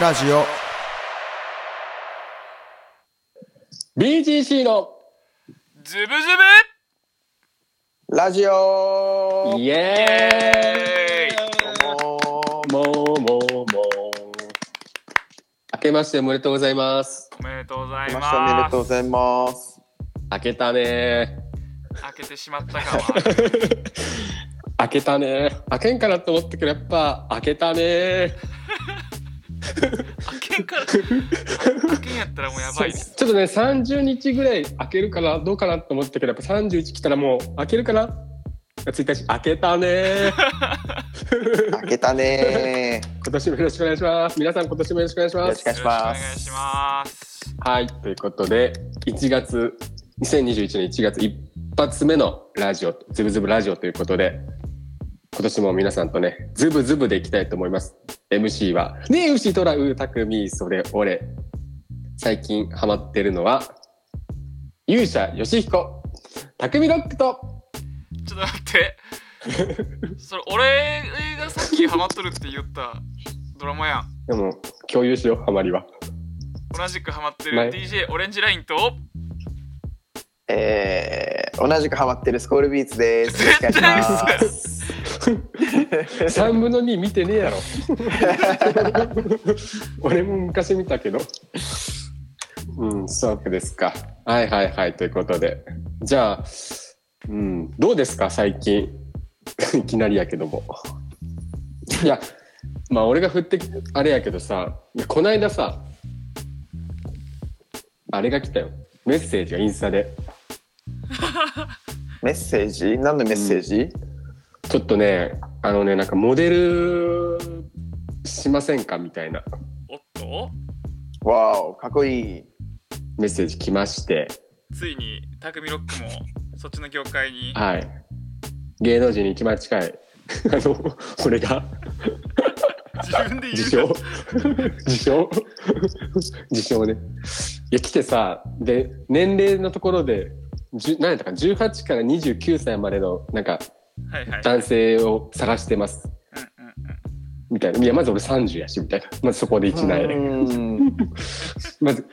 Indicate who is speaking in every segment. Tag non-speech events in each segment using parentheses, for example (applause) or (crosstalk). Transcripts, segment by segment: Speaker 1: ラジオ
Speaker 2: BGC の
Speaker 3: ズブズ
Speaker 4: ラジオ
Speaker 2: イエ
Speaker 4: ど
Speaker 2: ーイ
Speaker 4: うも
Speaker 2: もうもうもう明けましておめでとうございます
Speaker 3: ブおめでとうござい
Speaker 4: 明
Speaker 3: ま
Speaker 4: 日おめですとうございます。
Speaker 2: 明けたね (laughs)
Speaker 3: 開けてしまったかも
Speaker 2: ー明けたねー明けんかなと思ったけどやっぱ明けたねー
Speaker 3: 開けんから開けんやったらもうやばいね
Speaker 2: そうちょっとね30日ぐらい開けるかなどうかなと思ったけどやっぱ31来たらもう開けるかな1日開けたね
Speaker 3: (laughs)
Speaker 2: ー
Speaker 4: 開けたね
Speaker 2: 今年もよろしくお願いします皆さん今 (laughs) 年もよろしくお願いし
Speaker 4: よ
Speaker 2: ま
Speaker 4: ろし
Speaker 2: す
Speaker 4: くお願いしま
Speaker 3: よろし
Speaker 4: す
Speaker 3: くお。願いします
Speaker 2: はい、ということで、1月、2021年1月一発目のラジオ、ズブズブラジオということで、今年も皆さんとね、ズブズブでいきたいと思います。MC は、ねえ、牛トラウ、たくみ、それ、俺。最近ハマってるのは、勇者、よしひこ、たくみロックと、
Speaker 3: ちょっと待ってそれ俺がさっきハマっとるって言ったドラマやん
Speaker 2: でも、共有しよう、ハマりは。
Speaker 3: 同じくハマって
Speaker 2: ない
Speaker 3: る DJ オレンジラインと
Speaker 4: えー、同じくハマってるスコールビーツです。よろしくお願いします。
Speaker 2: 3分の2見てねえ (laughs) やろ俺も昔見たけどうんそうですかはいはいはいということでじゃあ、うん、どうですか最近 (laughs) いきなりやけどもいやまあ俺が振ってあれやけどさいやこないださあれが来たよメッセージがインスタで
Speaker 4: メッセージ何のメッセージ、
Speaker 2: ちょっとねあのねなんかモデルしませんかみたいな
Speaker 3: おっと
Speaker 4: わお、かっこいい。
Speaker 2: メッセージ来まして、
Speaker 3: ついにタクミロックもそっちの業界に
Speaker 2: はい。芸能人に一番近い、 (laughs) あの、それが、
Speaker 3: 自分で
Speaker 2: 自
Speaker 3: 言う
Speaker 2: 称、 (laughs) 自称、 (laughs) 自称ね。いや、来てさ、で、年齢のところで、じゅ何やったか、18から29歳までの、なんか、
Speaker 3: はいはい
Speaker 2: 男性を探してます。
Speaker 3: うんうんうん
Speaker 2: みたいな。いや、まず俺30やし、みたいな。まずそこで一
Speaker 4: う
Speaker 2: 内
Speaker 4: ん
Speaker 2: まず、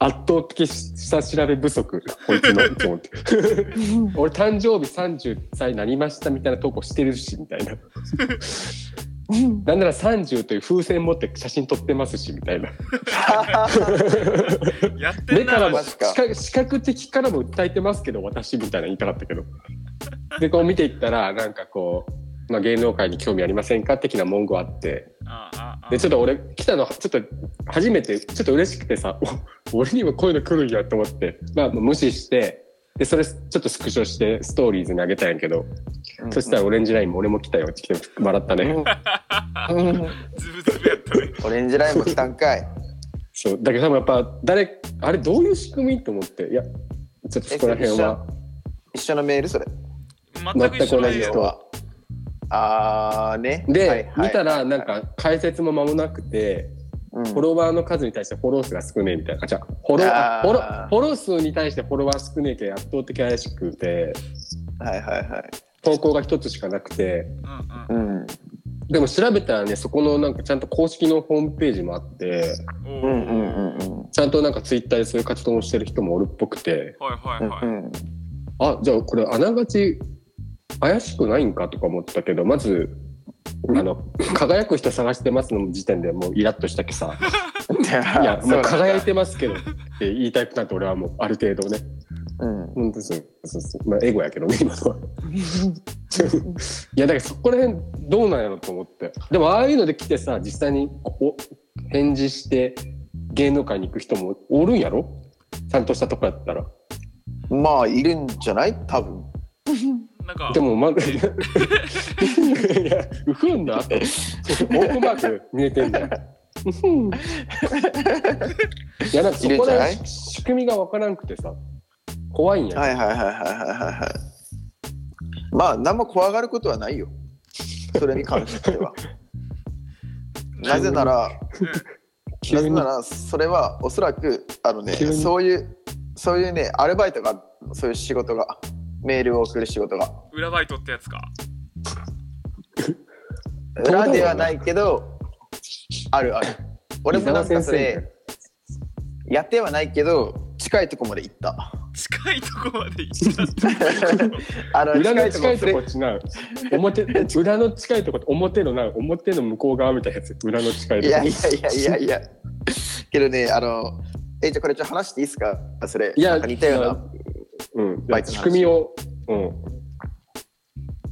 Speaker 2: 圧倒的下調べ不足、こいつの、と思って。俺、誕生日30歳になりましたみたいな投稿してるし、みたいな。なんなら30という風船持って写真撮ってますし、みたいな。
Speaker 3: やって
Speaker 2: 目
Speaker 3: んな
Speaker 2: からも
Speaker 4: マジ
Speaker 2: 視
Speaker 4: か
Speaker 2: 覚、視覚的からも訴えてますけど、私、みたいな言いたかったけど。で、こう見ていったら、なんかこう、まあ、芸能界に興味ありませんか的な文言あって、
Speaker 3: ああああ
Speaker 2: でちょっと俺来たのちょっと初めてちょっと嬉しくてさお俺にもこういうの来るんやと思って、まあ、無視してでそれちょっとスクショしてストーリーズにあげたんやけど、 (laughs) そしたらオレンジラインも俺も来たよって来て笑ったね、
Speaker 4: うんうん
Speaker 3: ズブズブやったね
Speaker 4: オレンジラインも来たんかい。
Speaker 2: そうだけど多分やっぱ誰あれどういう仕組みと思っていやちょっとそこら辺は
Speaker 4: 一緒のメールそれ。
Speaker 3: 全く一緒
Speaker 2: 同
Speaker 3: だ
Speaker 2: じ
Speaker 3: よ
Speaker 2: 人は
Speaker 4: あーね。
Speaker 2: で、
Speaker 4: はいはい
Speaker 2: 見たらなんか解説も間もなくて
Speaker 4: うん
Speaker 2: フォロワーの数に対してフォロー数が少ねえみたいなあじゃフォロー
Speaker 4: あー
Speaker 2: フォローフォロー数に対してフォロワー少ねえけど圧倒的怪しくて
Speaker 4: はいはいはい。
Speaker 2: 投稿が一つしかなくて
Speaker 3: うんうん
Speaker 4: うん
Speaker 2: でも調べたらね、そこのなんかちゃんと公式のホームページもあって、
Speaker 3: お
Speaker 4: う
Speaker 3: ー
Speaker 4: んうんうんうん。
Speaker 2: ちゃんとなんかツイッターでそういう活動をしてる人もおるっぽくて、
Speaker 3: はいは
Speaker 4: う
Speaker 3: い
Speaker 4: ん
Speaker 3: はい、
Speaker 4: うん
Speaker 2: あ、じゃあこれあながち怪しくないんかとか思ったけど、まず、あの、輝く人探してますの時点でもうイラッとしたけさ、いや、もう輝い。てますけどって言いたくなって俺はもうある程度ね、
Speaker 4: うん。
Speaker 2: 本当そうそうそう、まあエゴやけどね、今のは。いや、だからそこら辺どうなんやろと思って。でもああいうので来てさ、実際にこう返事して芸能界に行く人もおるんやろちゃんとしたとこやったら。
Speaker 4: まあいるんじゃない多分。
Speaker 3: なんか
Speaker 2: でもまいや、うふんなって。オープンマーク見えてんだよ。うふんいや、なんかそ
Speaker 4: いる
Speaker 2: こ
Speaker 4: んじゃ
Speaker 2: ら
Speaker 4: ない
Speaker 2: 辺仕組みがわからんくてさ、怖いんや。
Speaker 4: はいはいはいはいはいはいはい。まあ何も怖がることはないよ。それに関して
Speaker 2: (laughs)
Speaker 4: は。なぜなら、な
Speaker 2: 急
Speaker 4: ぜ
Speaker 2: に
Speaker 4: ならそれはおそらくあのね
Speaker 2: 急に
Speaker 4: そういうそういうねアルバイトがそういう仕事がメールを送る仕事が
Speaker 3: 裏バイトってやつ
Speaker 4: (laughs)
Speaker 3: か
Speaker 2: うだよな
Speaker 4: 裏ではないけどあるある俺もなんかそ
Speaker 2: 伊沢先
Speaker 4: れやってはないけど近いとこまで行った
Speaker 3: 近いとこまで行ったって
Speaker 4: あの
Speaker 2: 裏の近い
Speaker 4: 触
Speaker 2: と
Speaker 4: れ
Speaker 2: こ違う。 (laughs) 表、裏の近いとこ、表のな、表の向こう側みたいなやつ、裏の近いとこ。
Speaker 4: いやいやいやいやいや。けどね、あの、え、じゃあこれちょっと話していいですかそれ。
Speaker 2: いや
Speaker 4: なんか似たよう
Speaker 2: いや
Speaker 4: な。
Speaker 2: うん。
Speaker 4: バイトの話
Speaker 2: 仕組みを、うん。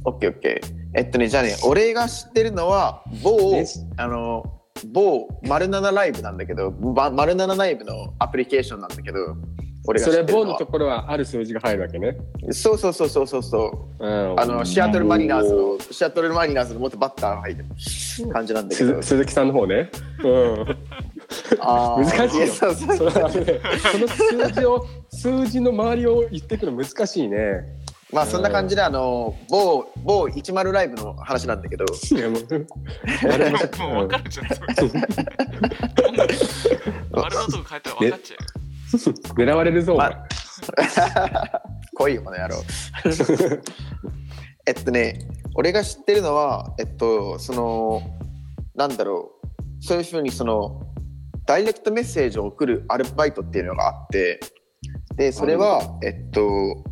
Speaker 4: オッケーオッケー。えっとね、じゃあね、俺が知ってるのは、某
Speaker 2: ね、
Speaker 4: あの、某、丸七ライブなんだけど、ま丸七ライブのアプリケーションなんだけど、俺が知
Speaker 2: そ
Speaker 4: って
Speaker 2: れ、
Speaker 4: るの
Speaker 2: 棒
Speaker 4: は。
Speaker 2: のところはある数字が入るわけね。
Speaker 4: そうそうそうそうそうそう。
Speaker 2: うん。
Speaker 4: あの、シアトルマリナーズの、シアトルマリナーズの元バッターが入ってる感じなんだけど
Speaker 2: す。鈴木さんの方ね。うん。
Speaker 4: あー
Speaker 2: 難しいよ
Speaker 4: やそうそう
Speaker 2: それあれねその数字を、数字の周りを言っていくの難しいね。
Speaker 4: まあ、そんな感じで、あの、某、某10ライブの話なんだけど、
Speaker 2: いや、もう。
Speaker 3: もうもう分かるじゃん (laughs) それ丸のとこ変えたら分かっちゃうよ
Speaker 2: 狙われるぞ、お前
Speaker 4: ま来いよこの野郎 (laughs) えっとね俺が知ってるのはえっとそのなんだろうそういうふうにそのダイレクトメッセージを送るアルバイトっていうのがあってでそれはえっと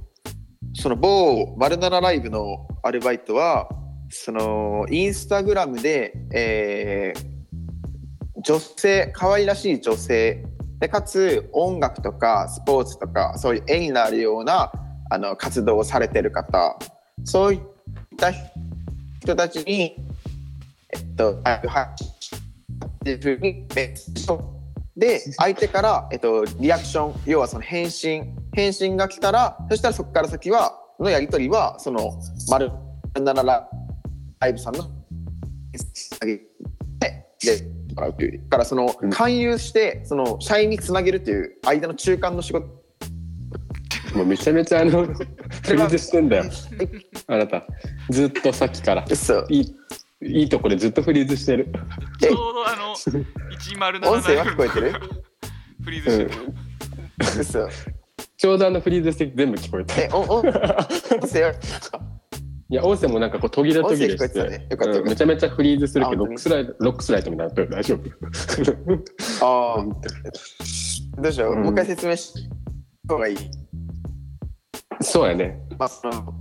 Speaker 4: その某「丸七ライブ」のアルバイトはそのインスタグラムで、えー女性可愛らしい女性でかつ音楽とかスポーツとかそういう絵になるようなあの活動をされてる方そういった人たちにえっとライブ配信っていうふうにメッセージをで相手から、えっと、リアクション要はその返信返信が来たらそしたらそこから先はのやり取りはその丸7ライブさんのでもらうというだからその
Speaker 2: うん
Speaker 4: 勧誘してその社員につなげるという間の中間の仕事
Speaker 2: もうめちゃめちゃあの、フリーズしてんだよ。あなた。ずっとさっきから。
Speaker 4: そう
Speaker 2: いい、いいとこでずっとフリーズしてる。
Speaker 3: ちょうどあの107
Speaker 4: 音声は聞こえてる
Speaker 3: フリーズしてる
Speaker 4: そう
Speaker 2: ちょうどあのフリーズして全部聞こえ
Speaker 4: (laughs)
Speaker 2: た。
Speaker 4: え
Speaker 2: い
Speaker 4: おお音声
Speaker 2: (laughs)
Speaker 4: は
Speaker 2: や、音声もなんかこう途切れ途切れして、
Speaker 4: 音声聞こえてたねよかったよかった
Speaker 2: うんめちゃめちゃフリーズするけ
Speaker 4: あ
Speaker 2: ど、ロッ
Speaker 4: 本当に
Speaker 2: クスライド、ロックスライドみたいになってる大丈夫 (laughs)
Speaker 4: ああどうしよう、
Speaker 2: うん
Speaker 4: もう一回説明した方がいい
Speaker 2: そうやね。
Speaker 4: まあ、その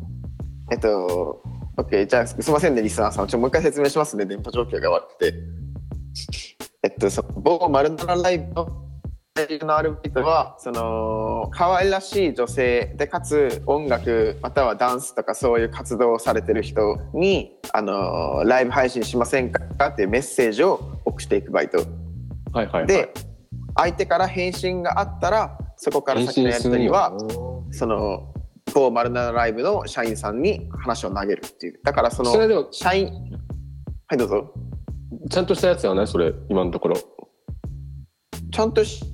Speaker 4: えっと、OK、じゃあ、すいませんね、リスナーさん。ちょもう一回説明しますね、電波状況が悪くて。えっと、その某丸七ライブののアルバイトは、その、可愛らしい女性で、かつ音楽、またはダンスとかそういう活動をされてる人に、あの、ライブ配信しませんかっていうメッセージを送っていくバイト。
Speaker 2: はいはい、はい。
Speaker 4: で、相手から返信があったら、そこから先のやり取りは、
Speaker 2: 返信するよ
Speaker 4: その某マルナライブの社員さんに話を投げるっていうだからそ
Speaker 2: なそれ
Speaker 4: の
Speaker 2: でも、
Speaker 4: 社員はいどうぞ
Speaker 2: ちゃんとしたやつやね、それ、今のところ。
Speaker 4: ちゃんとし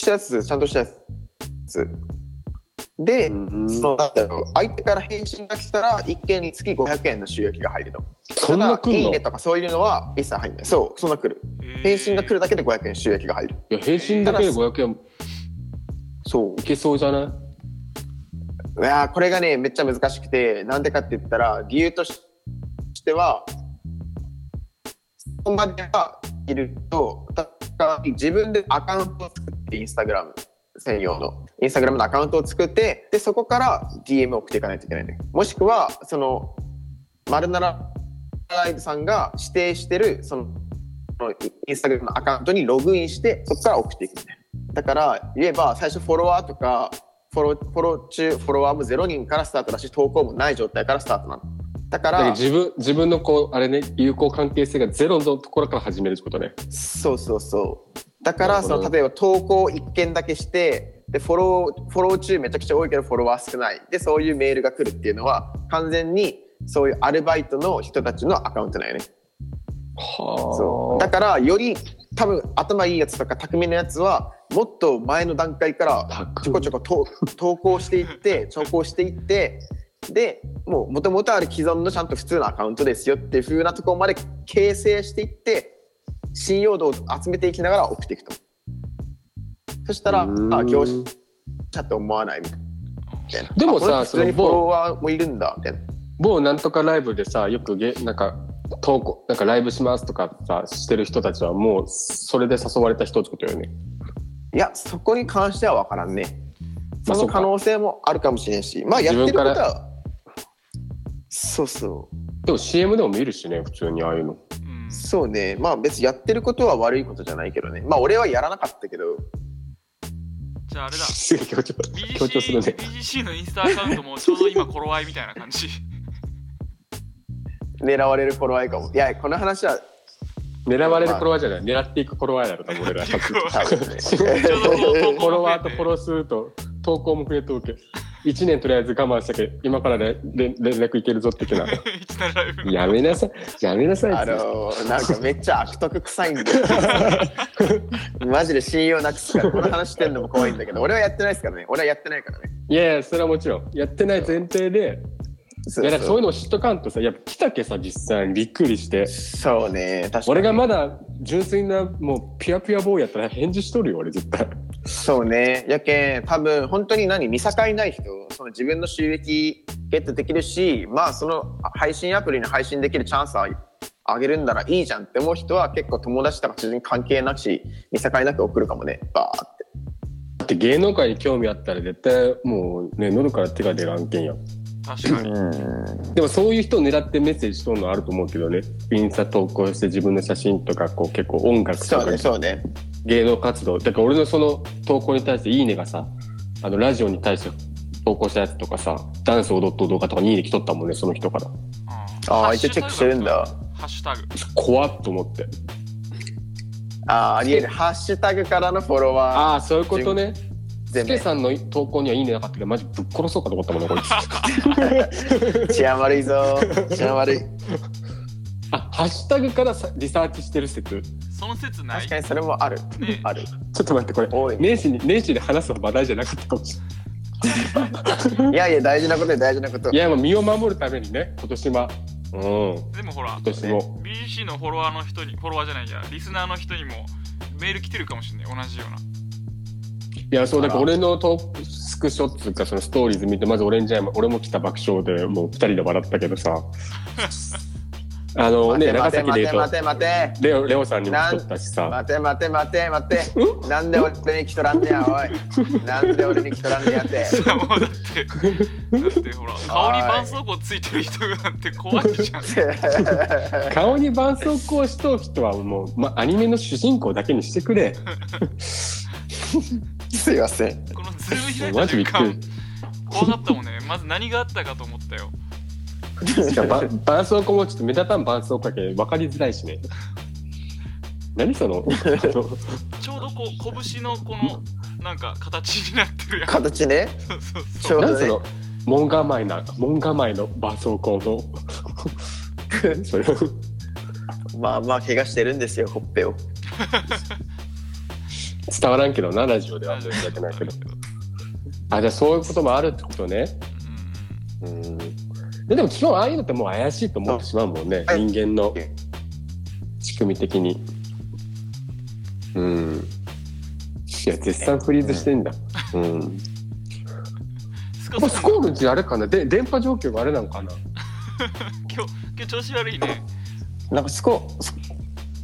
Speaker 4: したやつちゃんとしたやつで、そのなんだろう相手から返信が来たら1件につき500円の収益が入るの
Speaker 2: そんな
Speaker 4: ただ
Speaker 2: 来ん
Speaker 4: い
Speaker 2: の
Speaker 4: いねとかそういうのは一切入んないそうそんな来る返信が来るだけで500円収益が入る
Speaker 2: いや、返信だけで500円
Speaker 4: そう
Speaker 2: いけそうじゃない
Speaker 4: いやーこれがねめっちゃ難しくてなんでかって言ったら理由とししてはそこまではいるとだから自分でアカウントを作ってインスタグラム専用のインスタグラムのアカウントを作ってでそこから DM を送っていかないといけないんだよもしくはその丸ならライブさんが指定してるそのそのインスタグラムのアカウントにログインしてそこから送っていくみたいなだから言えば最初フォロワーとかフォローフォロー中フォロワーも0人からスタートだし投稿もない状態からスタートなのだか
Speaker 2: だから
Speaker 4: ら
Speaker 2: 自分、自分のこう、あれね、有効関係性がゼロのところから始めるってことね。
Speaker 4: そうそうそうだか
Speaker 2: な
Speaker 4: ら
Speaker 2: る
Speaker 4: そ
Speaker 2: ほど
Speaker 4: の例えば投稿1件だけしてでフォローフォロー中めちゃくちゃ多いけどフォロワー少ないでそういうメールが来るっていうのは完全にそういうアルバイトの人たちのアカウントなんよね
Speaker 2: はあ。
Speaker 4: そうだからより多分頭いいやつとか巧みなやつはもっと前の段階から
Speaker 2: たく
Speaker 4: ちょこちょこ投投稿していって投稿していってでもう元々ある既存のちゃんと普通のアカウントですよっていう風なところまで形成していって信用度を集めていきながら送っていくとそしたら
Speaker 2: うーん
Speaker 4: あ業者って思わないみたいな
Speaker 2: でもさ
Speaker 4: あこの人普通に
Speaker 2: その
Speaker 4: フォ
Speaker 2: 某
Speaker 4: ロワーもいるんだみたいな
Speaker 2: 某なんとかライブでさよくゲなんか投稿、なんかライブしますとかさ、してる人たちはもう、それで誘われた人ってことよね。
Speaker 4: いやそこに関しては分からんね
Speaker 2: ま
Speaker 4: そ
Speaker 2: あ
Speaker 4: の可能性もあるかもしれんしまあやってること
Speaker 2: 自分
Speaker 4: はそうそ
Speaker 2: でも CM でも見るしね、普通にああいうの。
Speaker 3: うん
Speaker 4: うそうねまあ別にやってることは悪いことじゃないけどねまあ俺はやらなかったけど
Speaker 3: じゃああれだ
Speaker 2: すげえ (laughs) 強調、強調する
Speaker 3: BGC,
Speaker 2: ね。
Speaker 3: BGC のインスタアカウントもちょうど今頃合いみたいな感
Speaker 4: (laughs)
Speaker 3: じ
Speaker 4: 狙われる頃合いかもいやこの話は
Speaker 2: 狙われるフォロワーじゃない、狙っていくフォロワーだろ、多分
Speaker 3: (laughs)
Speaker 2: 俺ら。
Speaker 3: 狙っていく
Speaker 4: 多分ね
Speaker 3: ちょうどこう投
Speaker 2: フォロ
Speaker 3: 稿
Speaker 2: ワーと
Speaker 3: が増え
Speaker 2: フ
Speaker 3: て
Speaker 2: ォロー数と投稿も増えておけ。1年とりあえず我慢したけど、今かられ連連絡いけるぞってけな。
Speaker 3: (laughs) 一段ライブ
Speaker 2: やめなさい。やめなさい。
Speaker 4: あのーなんかめっちゃ悪徳臭いんだよマジで信用なくすからこの話してんのも怖いんだけど俺はやってないですからね俺はやってないからね
Speaker 2: いやいや、それはもちろん。やってない前提で、
Speaker 4: そ
Speaker 2: いやだ
Speaker 4: う
Speaker 2: からそういう
Speaker 4: そ
Speaker 2: うのを知っとかんとさ、やっぱ来たけさ、実際にびっくりして。
Speaker 4: そうね確かに
Speaker 2: 俺がまだ純粋な、もうピュアピュアボーイやったら返事しとるよ、俺絶対。
Speaker 4: そうねやけん多分本当に何見境ない人その自分の収益ゲットできるしまあその配信アプリに配信できるチャンスはあげるんならいいじゃんって思う人は結構友達とか知人関係なくし見境なく送るかもねバーって
Speaker 2: だって芸能界に興味あったら絶対もうね、喉から手が出る案件やん。
Speaker 3: 確かに
Speaker 2: でもそういう人を狙ってメッセージしとるのあると思うけどね。インスタ投稿して自分の写真とか、こう結構音楽と
Speaker 4: そう
Speaker 2: か
Speaker 4: ねそうね
Speaker 2: 芸能活動。だから俺のその投稿に対していいねがさ、あのラジオに対して投稿したやつとかさ、ダンス踊っとる動画とかにいいね来とったもんね、その人から。
Speaker 4: ああ一応チェックしてるんだ
Speaker 3: ハッシュタグ
Speaker 2: 怖っと思って。
Speaker 4: あーありえるハッシュタグからのフォロワー
Speaker 2: ああ、そういうことね。
Speaker 4: 全
Speaker 2: スケ
Speaker 4: 部
Speaker 2: さんの投稿にはいいねなかったけど、マジぶっ殺そうかと思ったもんね、こ (laughs) いつ。
Speaker 4: 治安悪い
Speaker 2: (laughs)
Speaker 4: ぞ治安悪い
Speaker 2: あ、ハッシュタグからさリサーチしてる説。ち
Speaker 3: その説ない
Speaker 4: 確かにそれもある
Speaker 3: ね
Speaker 4: ある
Speaker 2: ょっと待って、これ、
Speaker 4: 多い
Speaker 2: 年始に、年始で話す話題じゃなかったかもしれない。
Speaker 4: いやいや大事なことよ大事なこと
Speaker 2: いや、もう身を守るためにね、今年は。うん。今
Speaker 3: でもほら
Speaker 2: 年も。
Speaker 3: BGC のフォロワーの人にフォロワーじゃないやリスナーの人にもメール来てるかもしれない同じようない
Speaker 2: や、そう、だから俺のとスクショっていうか、そのストーリーズ見て、まずオレンジアイマン、俺も来た爆笑で、もう二人で笑ったけどさ。 (laughs) あの
Speaker 4: 待
Speaker 2: ね、
Speaker 4: て
Speaker 2: 長
Speaker 4: 待て
Speaker 2: 崎で言
Speaker 4: 待て
Speaker 2: うと
Speaker 4: 待、て待て
Speaker 2: レオ、レオさんにも来とったしさ。
Speaker 4: 待て待て待て待てなんで俺に来とらんねやおいなんで俺に来とらんねやって
Speaker 3: いやもうだってだってほら顔に絆創膏ついてる人なんて怖いじゃん
Speaker 2: 顔に絆創膏をしとう人はもう、ま、アニメの主人公だけにしてくれ。
Speaker 4: (laughs) すいません
Speaker 3: このズーム開い
Speaker 2: マ
Speaker 3: た
Speaker 2: ジび
Speaker 3: 瞬
Speaker 2: っく
Speaker 3: 間
Speaker 2: り。
Speaker 3: 怖かったもんねまず何があったかと思ったよ
Speaker 2: しかもば絆創膏もちょっと目立たん絆創膏かけ分かりづらいしね。何そ
Speaker 4: (laughs)
Speaker 2: の、あの
Speaker 3: ちょうどこう拳のこのなんか形になってるやん
Speaker 4: 形ね
Speaker 3: そうそう
Speaker 4: ちょう
Speaker 2: 何
Speaker 4: ど
Speaker 2: そ
Speaker 4: ね
Speaker 2: の、門構えな、門構えの絆創
Speaker 4: (laughs)
Speaker 2: 膏の。それ
Speaker 4: まあまあ怪我してるんですよほっぺを
Speaker 2: 伝わらんけどな、ラジオでは申し訳ないけど。あ、じゃあそういうこともあるってことね。うん。ででも基本ああいうのってもう怪しいと思ってしまうもんね。
Speaker 4: はい
Speaker 2: 人間の仕組み的に。うん。いや、絶賛フリーズしてんだ。うん。
Speaker 3: ス
Speaker 2: ま
Speaker 3: コ
Speaker 2: あ、
Speaker 3: さ
Speaker 2: ス
Speaker 3: ん
Speaker 2: コールジあれかなで電波状況があれなのかな
Speaker 3: 今日今日調子悪いね
Speaker 4: なんかスコス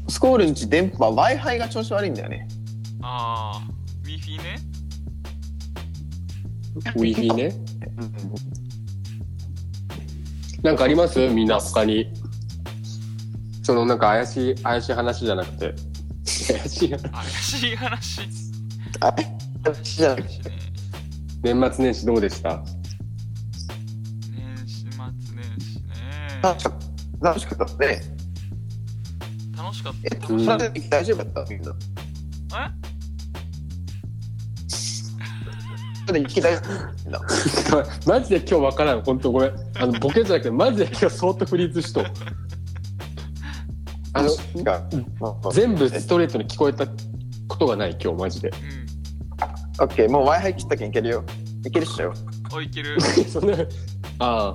Speaker 4: スコールんち電波 w i f i が調子悪いんだよね
Speaker 3: ああ w i f i ね
Speaker 2: ?Wi-Fi ね。なんかありますみんな他に。そのなんか怪しい、怪しい話じゃなくて。 (laughs) 怪しい話
Speaker 3: 怪しい話
Speaker 4: あじゃあ
Speaker 3: 怪しいね
Speaker 2: 年末年始どうでした
Speaker 3: 年始末年始ね
Speaker 4: 楽しかった楽しかったね
Speaker 3: 楽しかっ
Speaker 4: え
Speaker 3: た
Speaker 2: うん
Speaker 4: 大丈夫だったみんな
Speaker 3: え
Speaker 4: ただ雪大丈夫だった
Speaker 2: (laughs) マジで今日わからん。本当ごめん。あの、ボケじゃなくて、マジで今日相当フリーズしとう。あの、全部ストレートに聞こえたことがない、今日マジで。 (laughs)
Speaker 3: う
Speaker 4: オッケーもう Wi-Fi 切ったけんいけるよいけるっしょ
Speaker 3: んおいける (laughs)
Speaker 2: そんな、ああ、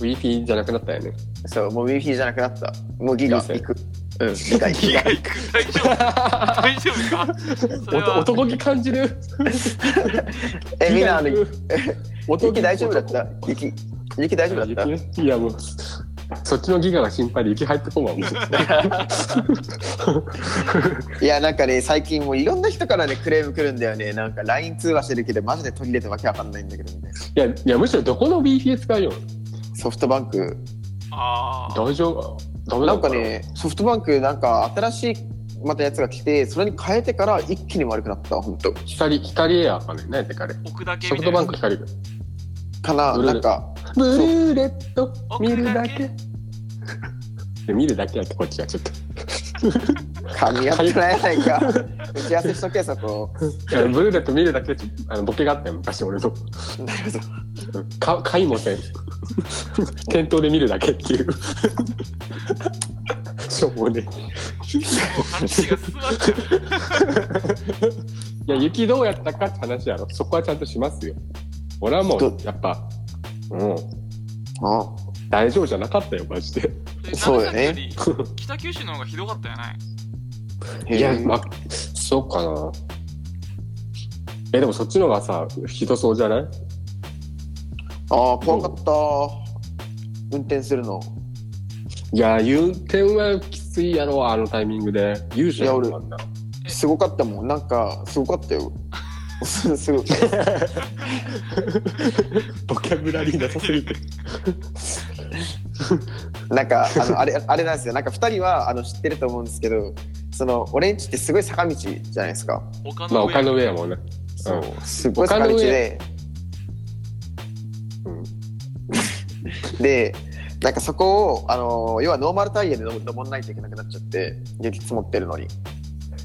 Speaker 2: Wi-Fi じゃなくなったよね。
Speaker 4: そうもう Wi-Fi じゃなくなったもうギガ
Speaker 2: いいです
Speaker 4: い
Speaker 2: ね
Speaker 4: くうんギガい
Speaker 3: 気
Speaker 4: く
Speaker 3: がいく大丈夫大丈夫かそ
Speaker 2: お
Speaker 3: れは
Speaker 2: 男気感じる。
Speaker 4: えみ
Speaker 2: (laughs)
Speaker 4: んなあの
Speaker 2: 意外と
Speaker 4: 雪大丈夫だった雪雪大丈夫だった
Speaker 2: いやもうそっちのギガが心配で雪入ってこんわ、もう。
Speaker 4: いやなんかね最近もういろんな人からねクレーム来るんだよねなんか LINE 通話してるけどマジで途切れてわけわかんないんだけどみたいない
Speaker 2: や、いや、むしろどこの BTS かよ。
Speaker 4: ソフトバンク
Speaker 3: ああ。
Speaker 2: 大丈夫ダメな
Speaker 4: なん
Speaker 2: のか
Speaker 4: か
Speaker 2: な
Speaker 4: ねソフトバンクなんか新しいまたやつが来てそれに変えてから一気に悪くなった本当
Speaker 2: 光、光エアーかね。何やったっけあれ。
Speaker 3: 置くだけ
Speaker 2: ソ
Speaker 3: み
Speaker 2: フ
Speaker 3: た
Speaker 2: ト
Speaker 3: いな
Speaker 2: バ
Speaker 3: や
Speaker 2: ンク光。
Speaker 3: つ。
Speaker 2: ブ
Speaker 4: かな
Speaker 2: どれ
Speaker 4: なんか
Speaker 2: ルーレット、見るだけ。い
Speaker 3: 置
Speaker 2: や見るだけやって、こっちはちょっと。
Speaker 4: 噛み合ってないやないか打ち合わせしとけそこ
Speaker 2: いや (laughs) ブルーレット見るだけであのボケがあったよ昔俺の
Speaker 4: なるほど
Speaker 2: か買いもせん店頭で見るだけって (laughs) いうしょうもね
Speaker 3: もう話が進まっちゃう。
Speaker 2: いや雪どうやったかって話やろそこはちゃんとしますよ俺はも
Speaker 4: ど
Speaker 2: うやっぱうん
Speaker 4: あ
Speaker 2: 大丈夫じゃなかったよマジで
Speaker 4: そうだね
Speaker 3: なんより北九州の方がひどかったよね。
Speaker 2: いや
Speaker 4: へえ
Speaker 2: まあそうかなえでもそっちの方がさひどそうじゃない
Speaker 4: あー怖かった運転するの
Speaker 2: いや運転はきついやろあのタイミングで勇者やろ
Speaker 4: いや
Speaker 2: あんな
Speaker 4: すごかったもんなんかすごかったよ (laughs) すすごい
Speaker 2: ボキャブラリーなさすぎて
Speaker 4: なんかあのあれあれなんですよなんか2人はあの知ってると思うんですけどその俺んちってすごい坂道じゃないですか
Speaker 2: ま
Speaker 3: 丘
Speaker 2: あ
Speaker 3: の上。
Speaker 2: 丘の上やもんね
Speaker 4: そううすごい
Speaker 2: 丘
Speaker 4: 坂
Speaker 2: の
Speaker 4: 道
Speaker 2: 上
Speaker 4: で
Speaker 2: うん
Speaker 4: でなん (laughs) かそこをあの要はノーマルタイヤで登登んないといけなくなっちゃって雪積もってるのに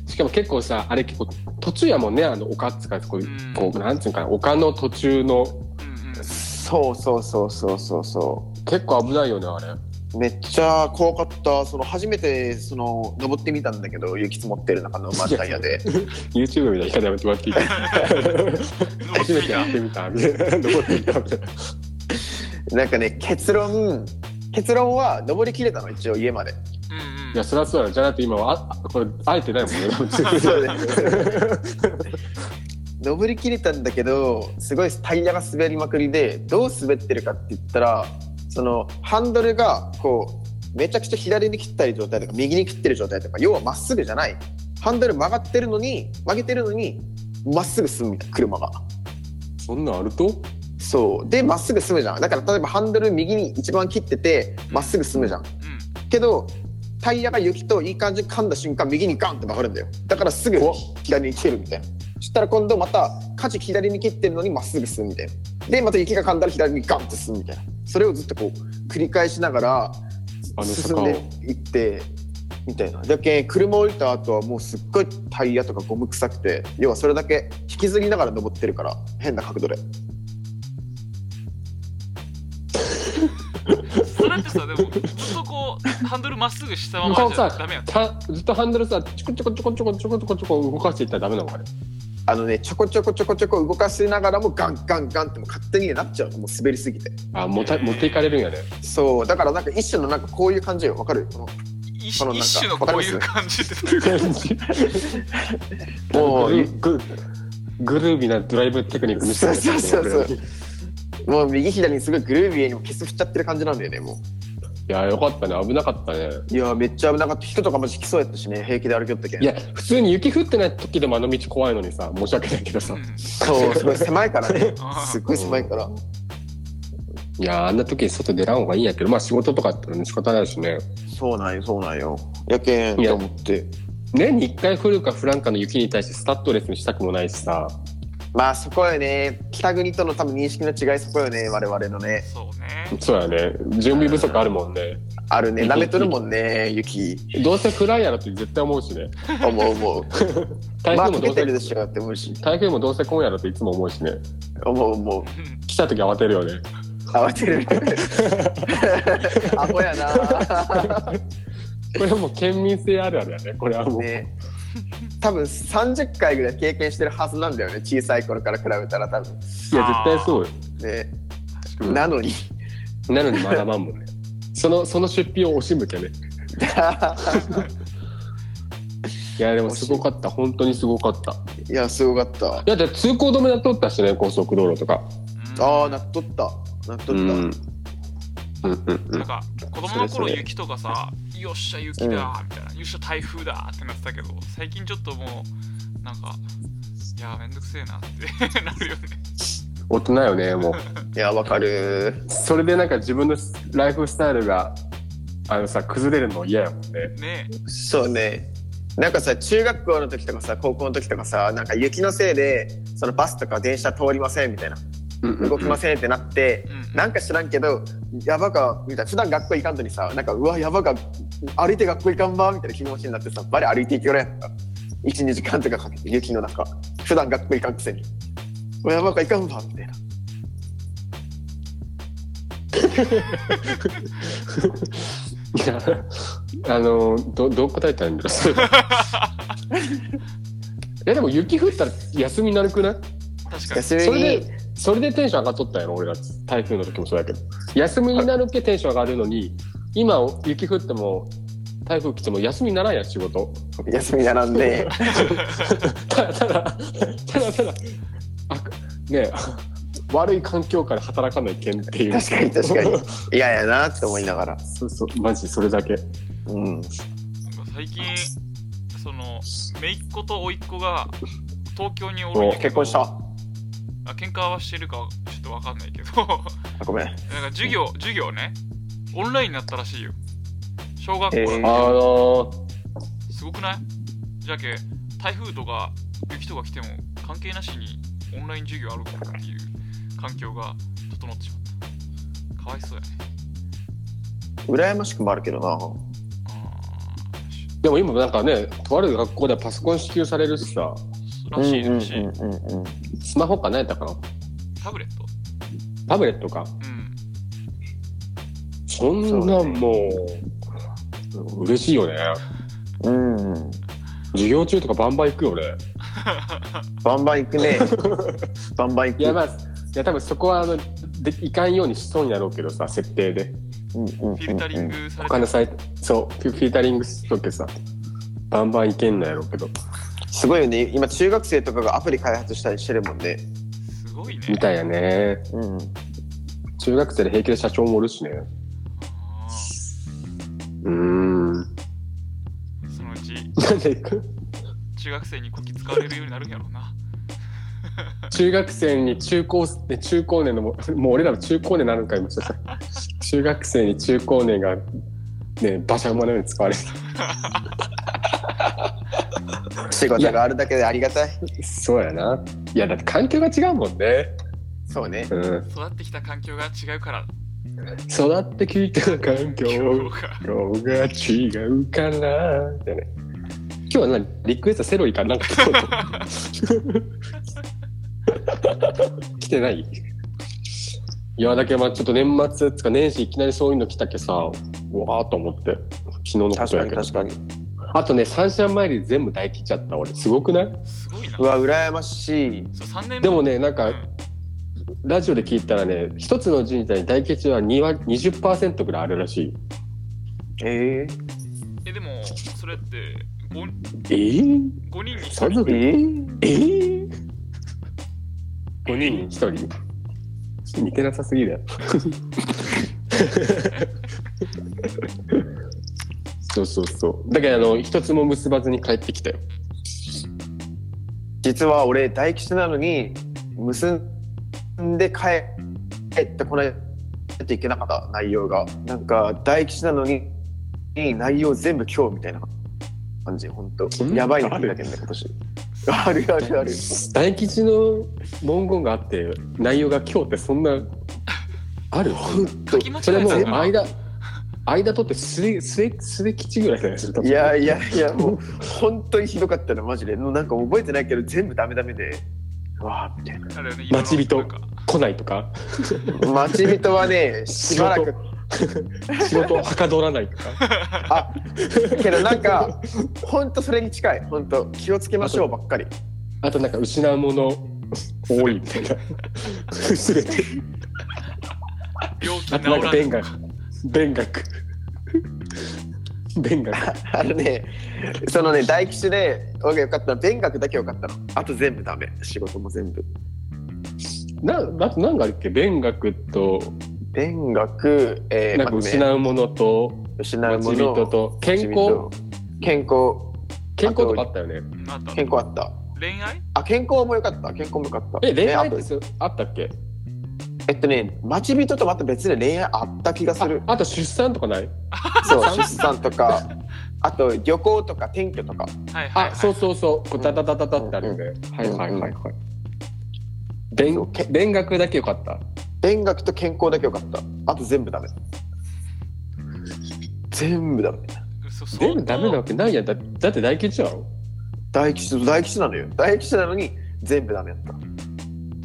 Speaker 2: しかも結構さあれ結構途中やもんねあの丘っつうかこう,、
Speaker 3: うん
Speaker 2: こうなんつうんかな丘の途中の
Speaker 3: うんうん。
Speaker 4: そうそうそうそうそうそ
Speaker 2: 結構危ないよねあれ
Speaker 4: うめっちゃ怖かったその初めてその登ってみたんだけど雪積もってる中ノーマルタイヤで
Speaker 2: YouTube みたいな言い方やめてもらっていい初めてやってみたみたいな登ってみたみたいな
Speaker 4: なんかね結論結論は登りきれたの一応家まで (laughs)
Speaker 3: うんうん。
Speaker 2: (laughs) いやそりゃそうやろじゃないと今はあこれ会えてないもんね
Speaker 4: (laughs) そうだよ登りきれたんだけどすごいタイヤが滑りまくりでどう滑ってるかって言ったらそのハンドルがこうめちゃくちゃ左に切ったり状態とか右に切ってる状態とか要はまっすぐじゃないハンドル曲がってるのに曲げてるのにまっすぐ進むみたいな車が
Speaker 2: そんなんあると
Speaker 4: そうでまっすぐ進むじゃんだから例えばハンドル右に一番切っててまっすぐ進むじゃん
Speaker 3: うん。
Speaker 4: けどタイヤが雪といい感じに噛んだ瞬間右にガンって曲がるんだよだからすぐ
Speaker 2: 怖っ
Speaker 4: 左に切るみたいなそしたら今度また舵左に切ってるのにまっすぐ進むみたいなでまた雪が噛んだら左にガンって進むみたいなそれをずっとこう繰り返しながら
Speaker 2: あの
Speaker 4: 進
Speaker 2: 坂
Speaker 4: ん
Speaker 2: を
Speaker 4: でいってみたいなだけ車降りた後はもうすっごいタイヤとかゴム臭くて要はそれだけ引きずりながら登ってるから変な角度で
Speaker 3: それってさ、でも、ずっとこう、ハンドルまっすぐしたま
Speaker 2: 他
Speaker 3: ま
Speaker 2: を
Speaker 3: じゃ
Speaker 2: さ
Speaker 3: ダメやった。
Speaker 2: たずっとハンドルさちょこちょこちょこちょこちょこちょこちょこ動かしていったらダメなのあれ
Speaker 4: あのねちょこちょこちょこちょこ動かしながらもガンガンガンってもう勝手になっちゃうのもう滑りすぎて。
Speaker 2: あ持た持っていかれるんやね
Speaker 4: そうだからなんか一種のなんかこういう感じよわかるこの
Speaker 3: 一
Speaker 4: そのなんか
Speaker 3: 一種のこういう感じで。
Speaker 2: も
Speaker 4: も
Speaker 2: う
Speaker 4: う
Speaker 2: グル (laughs) ググルービーなドライブテクニック見せてくれた
Speaker 4: そうそうそうそう
Speaker 2: い
Speaker 4: もう右左にすごいグルービーにも削っちゃってる感じなんだよねも
Speaker 2: やよかったね危なかったね
Speaker 4: ういやめっちゃ危なかった人とかも引きそうやったしね平気で歩きよったけん
Speaker 2: いや普通に雪降ってない時でもあの道怖いのにさ申し訳ないけどさ、
Speaker 3: うん
Speaker 4: (laughs) そうすごい狭いからね
Speaker 3: あー
Speaker 4: すっごい狭いから
Speaker 2: いやあんな時外出らん方がいいんやけどまあ仕事とかあっても仕方ないしね
Speaker 4: そうなんよそうなんよやけん
Speaker 2: いや
Speaker 4: と思って
Speaker 2: 年に1回降るか降らんかの雪に対してスタッドレスにしたくもないしさ
Speaker 4: まあそこよね北国との多分認識の違いそこよね我々のね
Speaker 3: そうね。
Speaker 2: そうやね準備不足あるもんね
Speaker 4: あるね舐めとるもんね雪
Speaker 2: どうせ降らんやろって絶対思うしね
Speaker 4: 思う思 (laughs) う
Speaker 2: 台
Speaker 4: まあ
Speaker 2: 風も
Speaker 4: 溶
Speaker 2: どう
Speaker 4: けて
Speaker 2: せ、
Speaker 4: るでしょって思うし
Speaker 2: 台風もどうせ今夜だっていつも思うしね
Speaker 4: 思う思
Speaker 3: う
Speaker 4: う
Speaker 3: ん
Speaker 2: 来た時慌てるよね
Speaker 4: 慌て (laughs) るアホやな
Speaker 2: これはもう県民性あるあるやねこれはもう、
Speaker 4: ね、多分30回ぐらい経験してるはずなんだよね小さい頃から比べたら多分
Speaker 2: いや絶対そうよ
Speaker 4: ね、
Speaker 2: うん
Speaker 4: な (laughs) のに
Speaker 2: なのにまだまんもんね。その、その出費を惜しむけね。いや、でもすごかった。本当にすごかった。い
Speaker 4: いやすごかった
Speaker 2: や、だって通行止めだっとったしね、高速道路とか。
Speaker 3: うん
Speaker 4: ああなっとったなっとった、
Speaker 2: うん。うんうんう
Speaker 3: なん
Speaker 2: ん。
Speaker 3: か子供の
Speaker 2: それそ
Speaker 3: 頃
Speaker 2: れ
Speaker 3: 雪とかさ「よっしゃ雪だ」みたいな「よっしゃ台風だ」ってなってたけど最近ちょっともうなんかいやめんどくせえなってなるよね
Speaker 2: (laughs) 大人よね、 (laughs) もう。
Speaker 4: いや、わかる。
Speaker 2: それでなんか自分のライフスタイルが、あのさ、崩れるの嫌やもんね。
Speaker 3: ねえ
Speaker 4: そうね。なんかさ中学校の時とかさ高校の時とかさなんか雪のせいでそのバスとか電車通りませんみたいな
Speaker 2: うんうんうん
Speaker 4: 動きませんってなって、
Speaker 3: うん
Speaker 4: なんか知らんけどやばかみたいな普段学校行かんとにさなんかうわやばか歩いて学校行かんばみたいな気持ちになってさバリ歩いて行けるやんか12時間とかかけて雪の中普段学校行かんくせにうわやばか行かんばみたいな
Speaker 2: いや、 (laughs) あの、ど、どう答えたらいいんだろう。 (laughs) え、でも雪降ったら休みなるくない
Speaker 3: 確かに
Speaker 4: 休み
Speaker 2: それ
Speaker 4: に
Speaker 2: で、それでテンション上がっとったんやろ、俺ら。台風の時もそうやけど。休みになるけテンション上がるのに、今雪降っても、台風来ても休みにならんやん、仕事。
Speaker 4: 休み並ん (laughs) で
Speaker 2: ただただ、ただただ、あねえ、悪い環境から働かないけんっていう。
Speaker 4: 確かに確かに嫌やなって思いながら
Speaker 2: そうそう、マジそれだけ。
Speaker 4: うん
Speaker 3: なんか最近その姪っ子と甥っ子が東京におるんやけど
Speaker 4: 結婚した
Speaker 3: あ喧嘩はしてるかちょっとわかんないけど (laughs) なんか
Speaker 4: あごめん
Speaker 3: 授業授業ねオンラインになったらしいよ小学校
Speaker 4: へ
Speaker 3: の時
Speaker 4: え
Speaker 2: あの
Speaker 3: すごくないじゃけ台風とか雪とか来ても関係なしにオンライン授業あるかっていう環境が整ってしまったかわいそうやね
Speaker 4: 羨ましくもあるけどな
Speaker 3: あ
Speaker 2: でも今なんかね、とある学校ではパソコン支給されるしさ、
Speaker 3: ーらしいらしい、
Speaker 4: うんうんうんうん
Speaker 2: スマホか何やったかな
Speaker 3: タブレット
Speaker 2: タブレットか。
Speaker 3: うん
Speaker 2: そんなもう、嬉しいよね。
Speaker 4: うんうん
Speaker 2: 授業中とかバンバン行くよね。
Speaker 4: バンバン行く (laughs) ねバンバン行く
Speaker 2: いや、まあ、いや、多分そこは、あの、で、いかんようにしそうになろうけどさ、設定で。
Speaker 4: うんうんうんうん
Speaker 3: フィルタリングされて
Speaker 2: 他のサイト、そう、フィフィルタリングしとけさ、バンバンいけんのやろうけど、
Speaker 4: すごいよね今中学生とかがアプリ開発したりしてるもんね
Speaker 3: すごいね
Speaker 2: みたいやね。
Speaker 4: うん
Speaker 2: 中学生で平気で社長もおるしね。
Speaker 3: あ
Speaker 2: うーん。
Speaker 3: ーそのうち
Speaker 2: なんで行く
Speaker 3: 中学生にこき使われるようになるんやろうな
Speaker 2: 中学生に中高生、ね中高年のも、もう俺らの中高年になるんかいもしかしたら中学生に中高年が、ね、馬車馬のように使われる。
Speaker 4: 仕事があるだけでありがたい
Speaker 2: そうやな。いや、だって環境が違うもんね。
Speaker 4: そうね
Speaker 2: うん。
Speaker 3: 育ってきた環境が違うから
Speaker 2: 育ってきた環境
Speaker 3: 今日が
Speaker 2: 今日が違うかなってね。今日は何リクエストセロリかなんか来てる (laughs) 来てないいやだけどまあちょっと年末つか年始いきなりそういうの来たけさうわーと思って昨日のこと
Speaker 4: 確か
Speaker 2: や
Speaker 4: に
Speaker 2: けど
Speaker 4: 確かに
Speaker 2: あとね三社参り全部大切ちゃった俺すごくないう
Speaker 3: すごいな
Speaker 4: うわ羨ましい
Speaker 3: そう3年
Speaker 2: でもねなん
Speaker 3: う
Speaker 2: か
Speaker 3: ん
Speaker 2: ラジオで聞いたらね一つの神社に大吉は2割20%ぐらいあるらし
Speaker 4: え
Speaker 3: えでもそれって 5,
Speaker 2: いえー、
Speaker 3: 5人に1
Speaker 2: そ
Speaker 3: 人
Speaker 2: れ
Speaker 4: えー
Speaker 2: えー、5人に1人似てなさすぎだよそうそうそうだけどあの一つも結ばずに帰ってきたよ
Speaker 4: 実は俺大吉なのに結んで帰ってこないといけなかった内容がなんか大吉なのに内容全部今日みたいな感じ本当
Speaker 2: ん
Speaker 4: やばいのだけどね今年あるあるある
Speaker 2: 大吉の文言があって内容が今日ってそんなある
Speaker 3: 書き間違
Speaker 2: それ
Speaker 3: え
Speaker 2: も
Speaker 3: た
Speaker 2: うん
Speaker 3: かな
Speaker 2: 間間取って末末末吉ぐらいじゃないですか
Speaker 4: いやいやいやもう本当にひどかったのマジでもうなんか覚えてないけど全部ダメダメでうわあみたいな
Speaker 3: あれよね
Speaker 2: 待ち人
Speaker 3: 今のなんか
Speaker 2: 来ないとか
Speaker 4: 待ち人は
Speaker 2: (laughs)
Speaker 4: ねしばらく
Speaker 2: 仕事はかどらないとか
Speaker 4: あけどなんか本当それに近い本当気をつけましょうばっかり
Speaker 2: あとなんか失うもの多いみたいな。すべて。
Speaker 3: 病気治
Speaker 2: あとな
Speaker 3: ら
Speaker 2: ん
Speaker 3: ん
Speaker 2: か勉学。勉学。勉学。
Speaker 4: あのね、そのね、大吉で、俺が良かったのは、勉学だけ良かったの。あと全部ダメ。仕事も全部。
Speaker 2: な、あとなんかあるっけ勉学と
Speaker 4: 勉学、えー
Speaker 2: なんか失うものと、
Speaker 4: 失う
Speaker 2: 待
Speaker 4: も
Speaker 2: ち人
Speaker 4: の
Speaker 2: と、健康
Speaker 4: 健康
Speaker 2: 健康とかあったよね。
Speaker 3: あった
Speaker 4: 健康あった
Speaker 3: 恋愛
Speaker 4: あ健康も良かった健康も良かった
Speaker 2: え、恋愛っ
Speaker 4: ね
Speaker 2: て
Speaker 4: あと
Speaker 2: すあったっけ
Speaker 4: えっとね待ち人とまた別で恋愛あった気がす
Speaker 2: あ (laughs)
Speaker 4: る
Speaker 2: あと出産とかない
Speaker 4: そう出産とかあと旅行とか転居とか
Speaker 3: はいはい、はい、
Speaker 2: あ、そうそうそう。こう、ダダダダダってあるよね。はいはいはいはい。勉
Speaker 4: そうけ
Speaker 2: 勉学だけよかった。
Speaker 4: 勉学と健康だけ良かったあと全部ダメ全部ダメ
Speaker 3: そ相
Speaker 2: 全
Speaker 3: 当
Speaker 2: 部ダメなわけないやん。だだって大吉だろ
Speaker 4: 大吉大吉なのよ大吉なのに全部ダメだった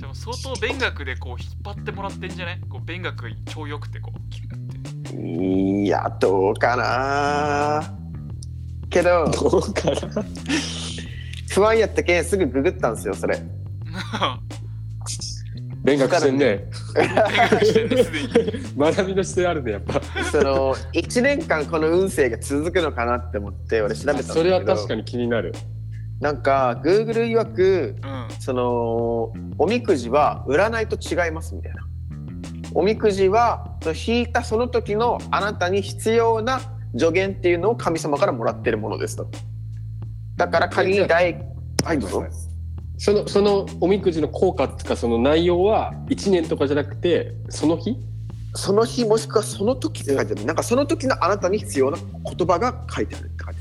Speaker 3: でも相当勉学でこう引っ張ってもらってんじゃないこう勉学が超良くてこうキュッて
Speaker 4: いやどうかなけど
Speaker 2: どうかな
Speaker 4: 不安やったけんすぐググったんですよそれ
Speaker 2: 勉学してんね。
Speaker 3: 勉学してんねすでに
Speaker 2: 学びの姿勢あるね、やっぱ。(laughs)
Speaker 4: その1年間この運勢が続くのかなって思って俺調べたんだけど
Speaker 2: それは確かに気になる。
Speaker 4: なんか Google 曰く
Speaker 3: うん
Speaker 4: そのおみくじは占いと違いますみたいなおみくじはその引いたその時のあなたに必要な助言っていうのを神様からもらってるものですとだから仮に大はいどうぞ
Speaker 2: その、そのおみくじの効果っていうか、その内容は1年とかじゃなくて、その日
Speaker 4: その日もしくはその時って書いてあるなんかその時のあなたに必要な言葉が書いてあるって書いて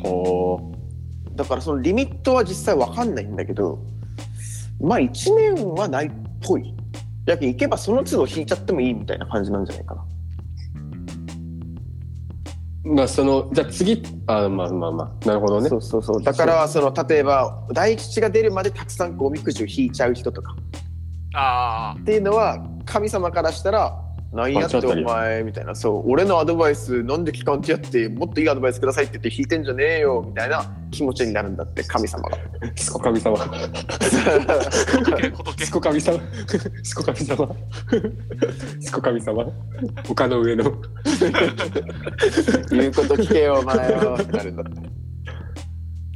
Speaker 4: ある
Speaker 2: ほー。
Speaker 4: だからそのリミットは実際わかんないんだけどまあ1年はないっぽいやけん行けばその都度引いちゃってもいいみたいな感じなんじゃないかな
Speaker 2: まあそのじゃあ次あまあまあまあなるほどね
Speaker 4: そうそうそうだからその例えば大吉が出るまでたくさんこうおみくじを引いちゃう人とか
Speaker 3: あ
Speaker 4: っていうのは神様からしたら「なんやって
Speaker 2: 間違っ
Speaker 4: お
Speaker 2: たり
Speaker 4: 前」みたいなそう俺のアドバイスなんで聞かんとやってもっといいアドバイスくださいって言って引いてんじゃねえよみたいな気持ちになるんだ (laughs) って神様が
Speaker 2: すこ神様
Speaker 3: あ仏仏
Speaker 2: すこ神様すこ神様すこ神様丘の上の
Speaker 4: 言うこと聞けよお前 (laughs) よってなるんだって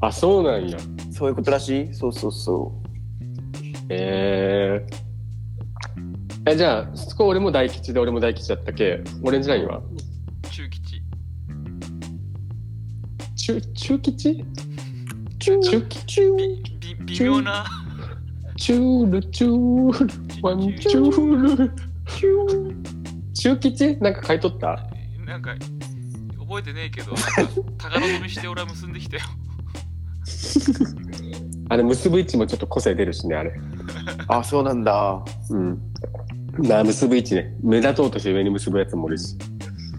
Speaker 2: あそうなんや
Speaker 4: そういうことらしいそうそうそう
Speaker 2: えー、えじゃあそこ俺も大吉で俺も大吉だったけオレンジラインは
Speaker 3: 中吉
Speaker 2: 中中吉中中中
Speaker 3: びび微妙な
Speaker 2: 中ルチュールワンチュールチュー中吉なんか買い取った
Speaker 3: なんか覚えてねえけどなんか高望みして俺は結んできたよ
Speaker 2: あれ結ぶ位置もちょっと個性出るしねあれ
Speaker 4: あそうなんだ
Speaker 2: うん。なあ、結ぶ位置ね。目立とうとして上に結ぶやつもおるし。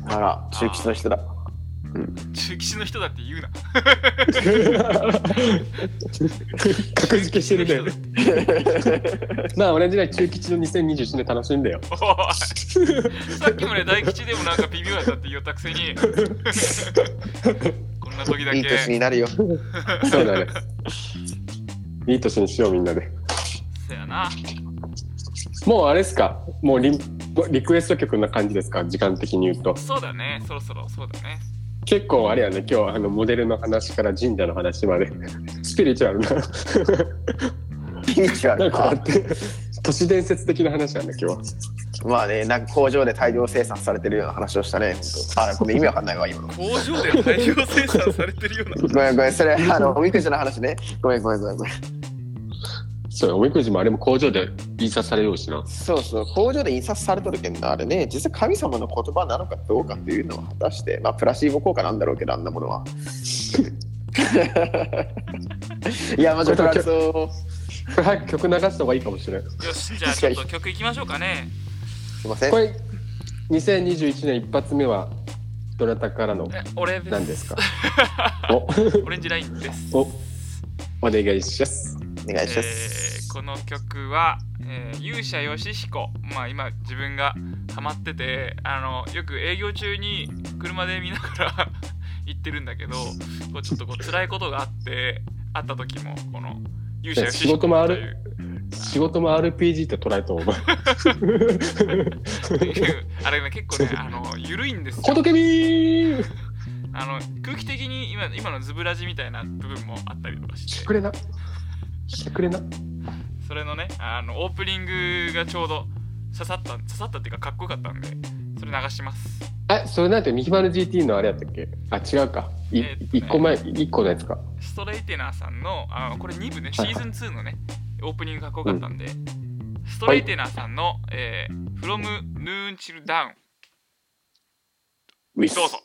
Speaker 4: あら中吉の人だ
Speaker 3: 中吉の人だって言うな
Speaker 2: 格付けしてるね。
Speaker 3: ね
Speaker 2: まあ、俺時代中吉の2021年楽しんだよ。
Speaker 3: (laughs) さっきまで大吉でもなんか微妙だったって言ったくせ
Speaker 4: (laughs)
Speaker 3: にこんな時だ
Speaker 4: い
Speaker 3: け
Speaker 4: い年になるよ (laughs)
Speaker 2: そうだね。いい年にしよう、みんなで。
Speaker 3: そやな
Speaker 2: もうあれですかもうリリクエスト曲な感じですか時間的に言うと。
Speaker 3: そうだねそろそろそうだね
Speaker 2: 結構あれやね、今日あのモデルの話から神社の話まで、スピリチュアルな、
Speaker 4: ピーチは
Speaker 2: なんかあって、都市伝説的な話なんだ、今日は。
Speaker 4: まあねなんか工場で大量生産されてるような話をしたね本当あごめん意味わかんないわ今の
Speaker 3: 工場で大量生産されてるような
Speaker 4: ごめんごめんそれあのおみくじの話ねごめんごめんごめんごめん
Speaker 2: そう、おみくじもあれも工場で印刷されようし
Speaker 4: (laughs)
Speaker 2: な。
Speaker 4: そうそう工場で印刷されとるけどなあれね実際神様の言葉なのかどうかっていうのは果たしてまあプラシーボ効果なんだろうけどあんなものは (laughs) いやまじプラそう
Speaker 2: これ早く曲流した方がいいかもしれない。
Speaker 3: よしじゃあちょっと曲いきましょうかね
Speaker 4: すいません
Speaker 2: これ、2021年一発目は、どなたからの
Speaker 3: え俺です
Speaker 2: 何
Speaker 3: (laughs)
Speaker 2: ですかお、
Speaker 3: オレンジラインです
Speaker 2: お、お願いします。
Speaker 4: お願いします、
Speaker 3: えーこの曲は、えー勇者よしひこ、まあ、今自分がハマっててあのよく営業中に車で見ながら (laughs) 行ってるんだけどこうちょっとこう辛いことがあってあった時もこの勇者よしひこ
Speaker 2: 仕事もある仕事も RPG って捉えたお前。 (laughs)
Speaker 3: という (laughs) あれね結構ねあの緩いんです
Speaker 2: 小
Speaker 3: よ
Speaker 2: 時ビー
Speaker 3: あの空気的に今今のズブラジみたいな部分もあったりとかして
Speaker 2: してくれな。してくれな。
Speaker 3: それのねあのオープニングがちょうど刺さった刺さったっていうかかっこよかったんでそれ流します
Speaker 2: え、それなんて、ミヒマル GT のあれやったっけあ、違うか。い、
Speaker 3: えーっとね
Speaker 2: 一個前、一個のやつか。
Speaker 3: ストレイテナーさんのあのこれ2部ねシ
Speaker 2: はい
Speaker 3: ーズン2のねオープニングかっこよかったんで、ストレイテナーさんの「えー、From Noon Till Down
Speaker 2: ウィ」ス。
Speaker 3: どうぞ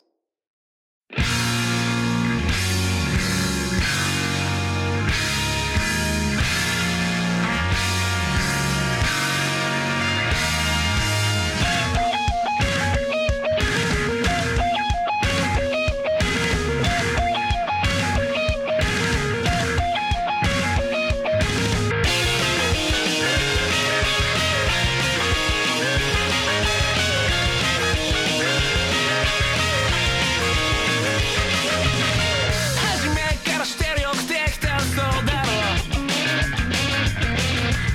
Speaker 1: 初めからしてるよくできたそうだろ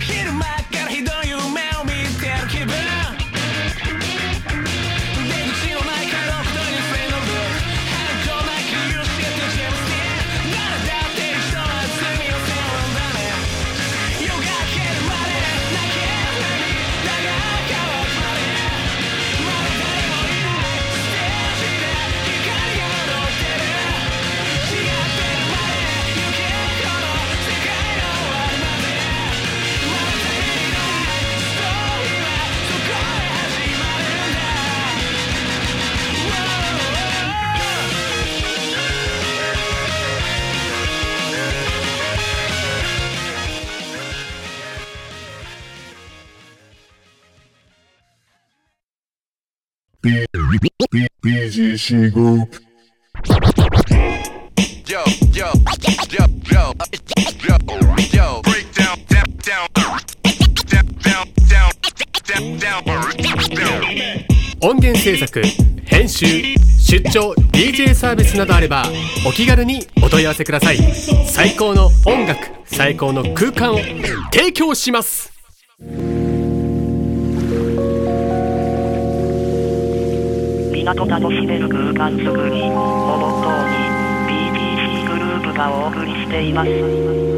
Speaker 1: 昼間からひどい夢を見てる気分出口のない角どにフェノブ反抗なき勇士ってジェムスティン誰だって一度は罪を背負うんだね夜が明けるまで泣け涙が乾くまでまだ誰もいないステージで光が踊ってる「違ってるまで行けこの世界の終わりまで」「まだ足りないストーリーはそこで始まるんだ」
Speaker 5: BGC Group.
Speaker 6: Yo, yo, yo, yo, yo, yo. Break down, down, down, down, down, down, down, down, down.
Speaker 7: 音源制作編集出張 DJ サービスなどあればお気軽にお問い合わせください最高の音楽最高の空間を提供します
Speaker 8: 港楽しめる空間づくりをモットーに BTC グループがお送りしています。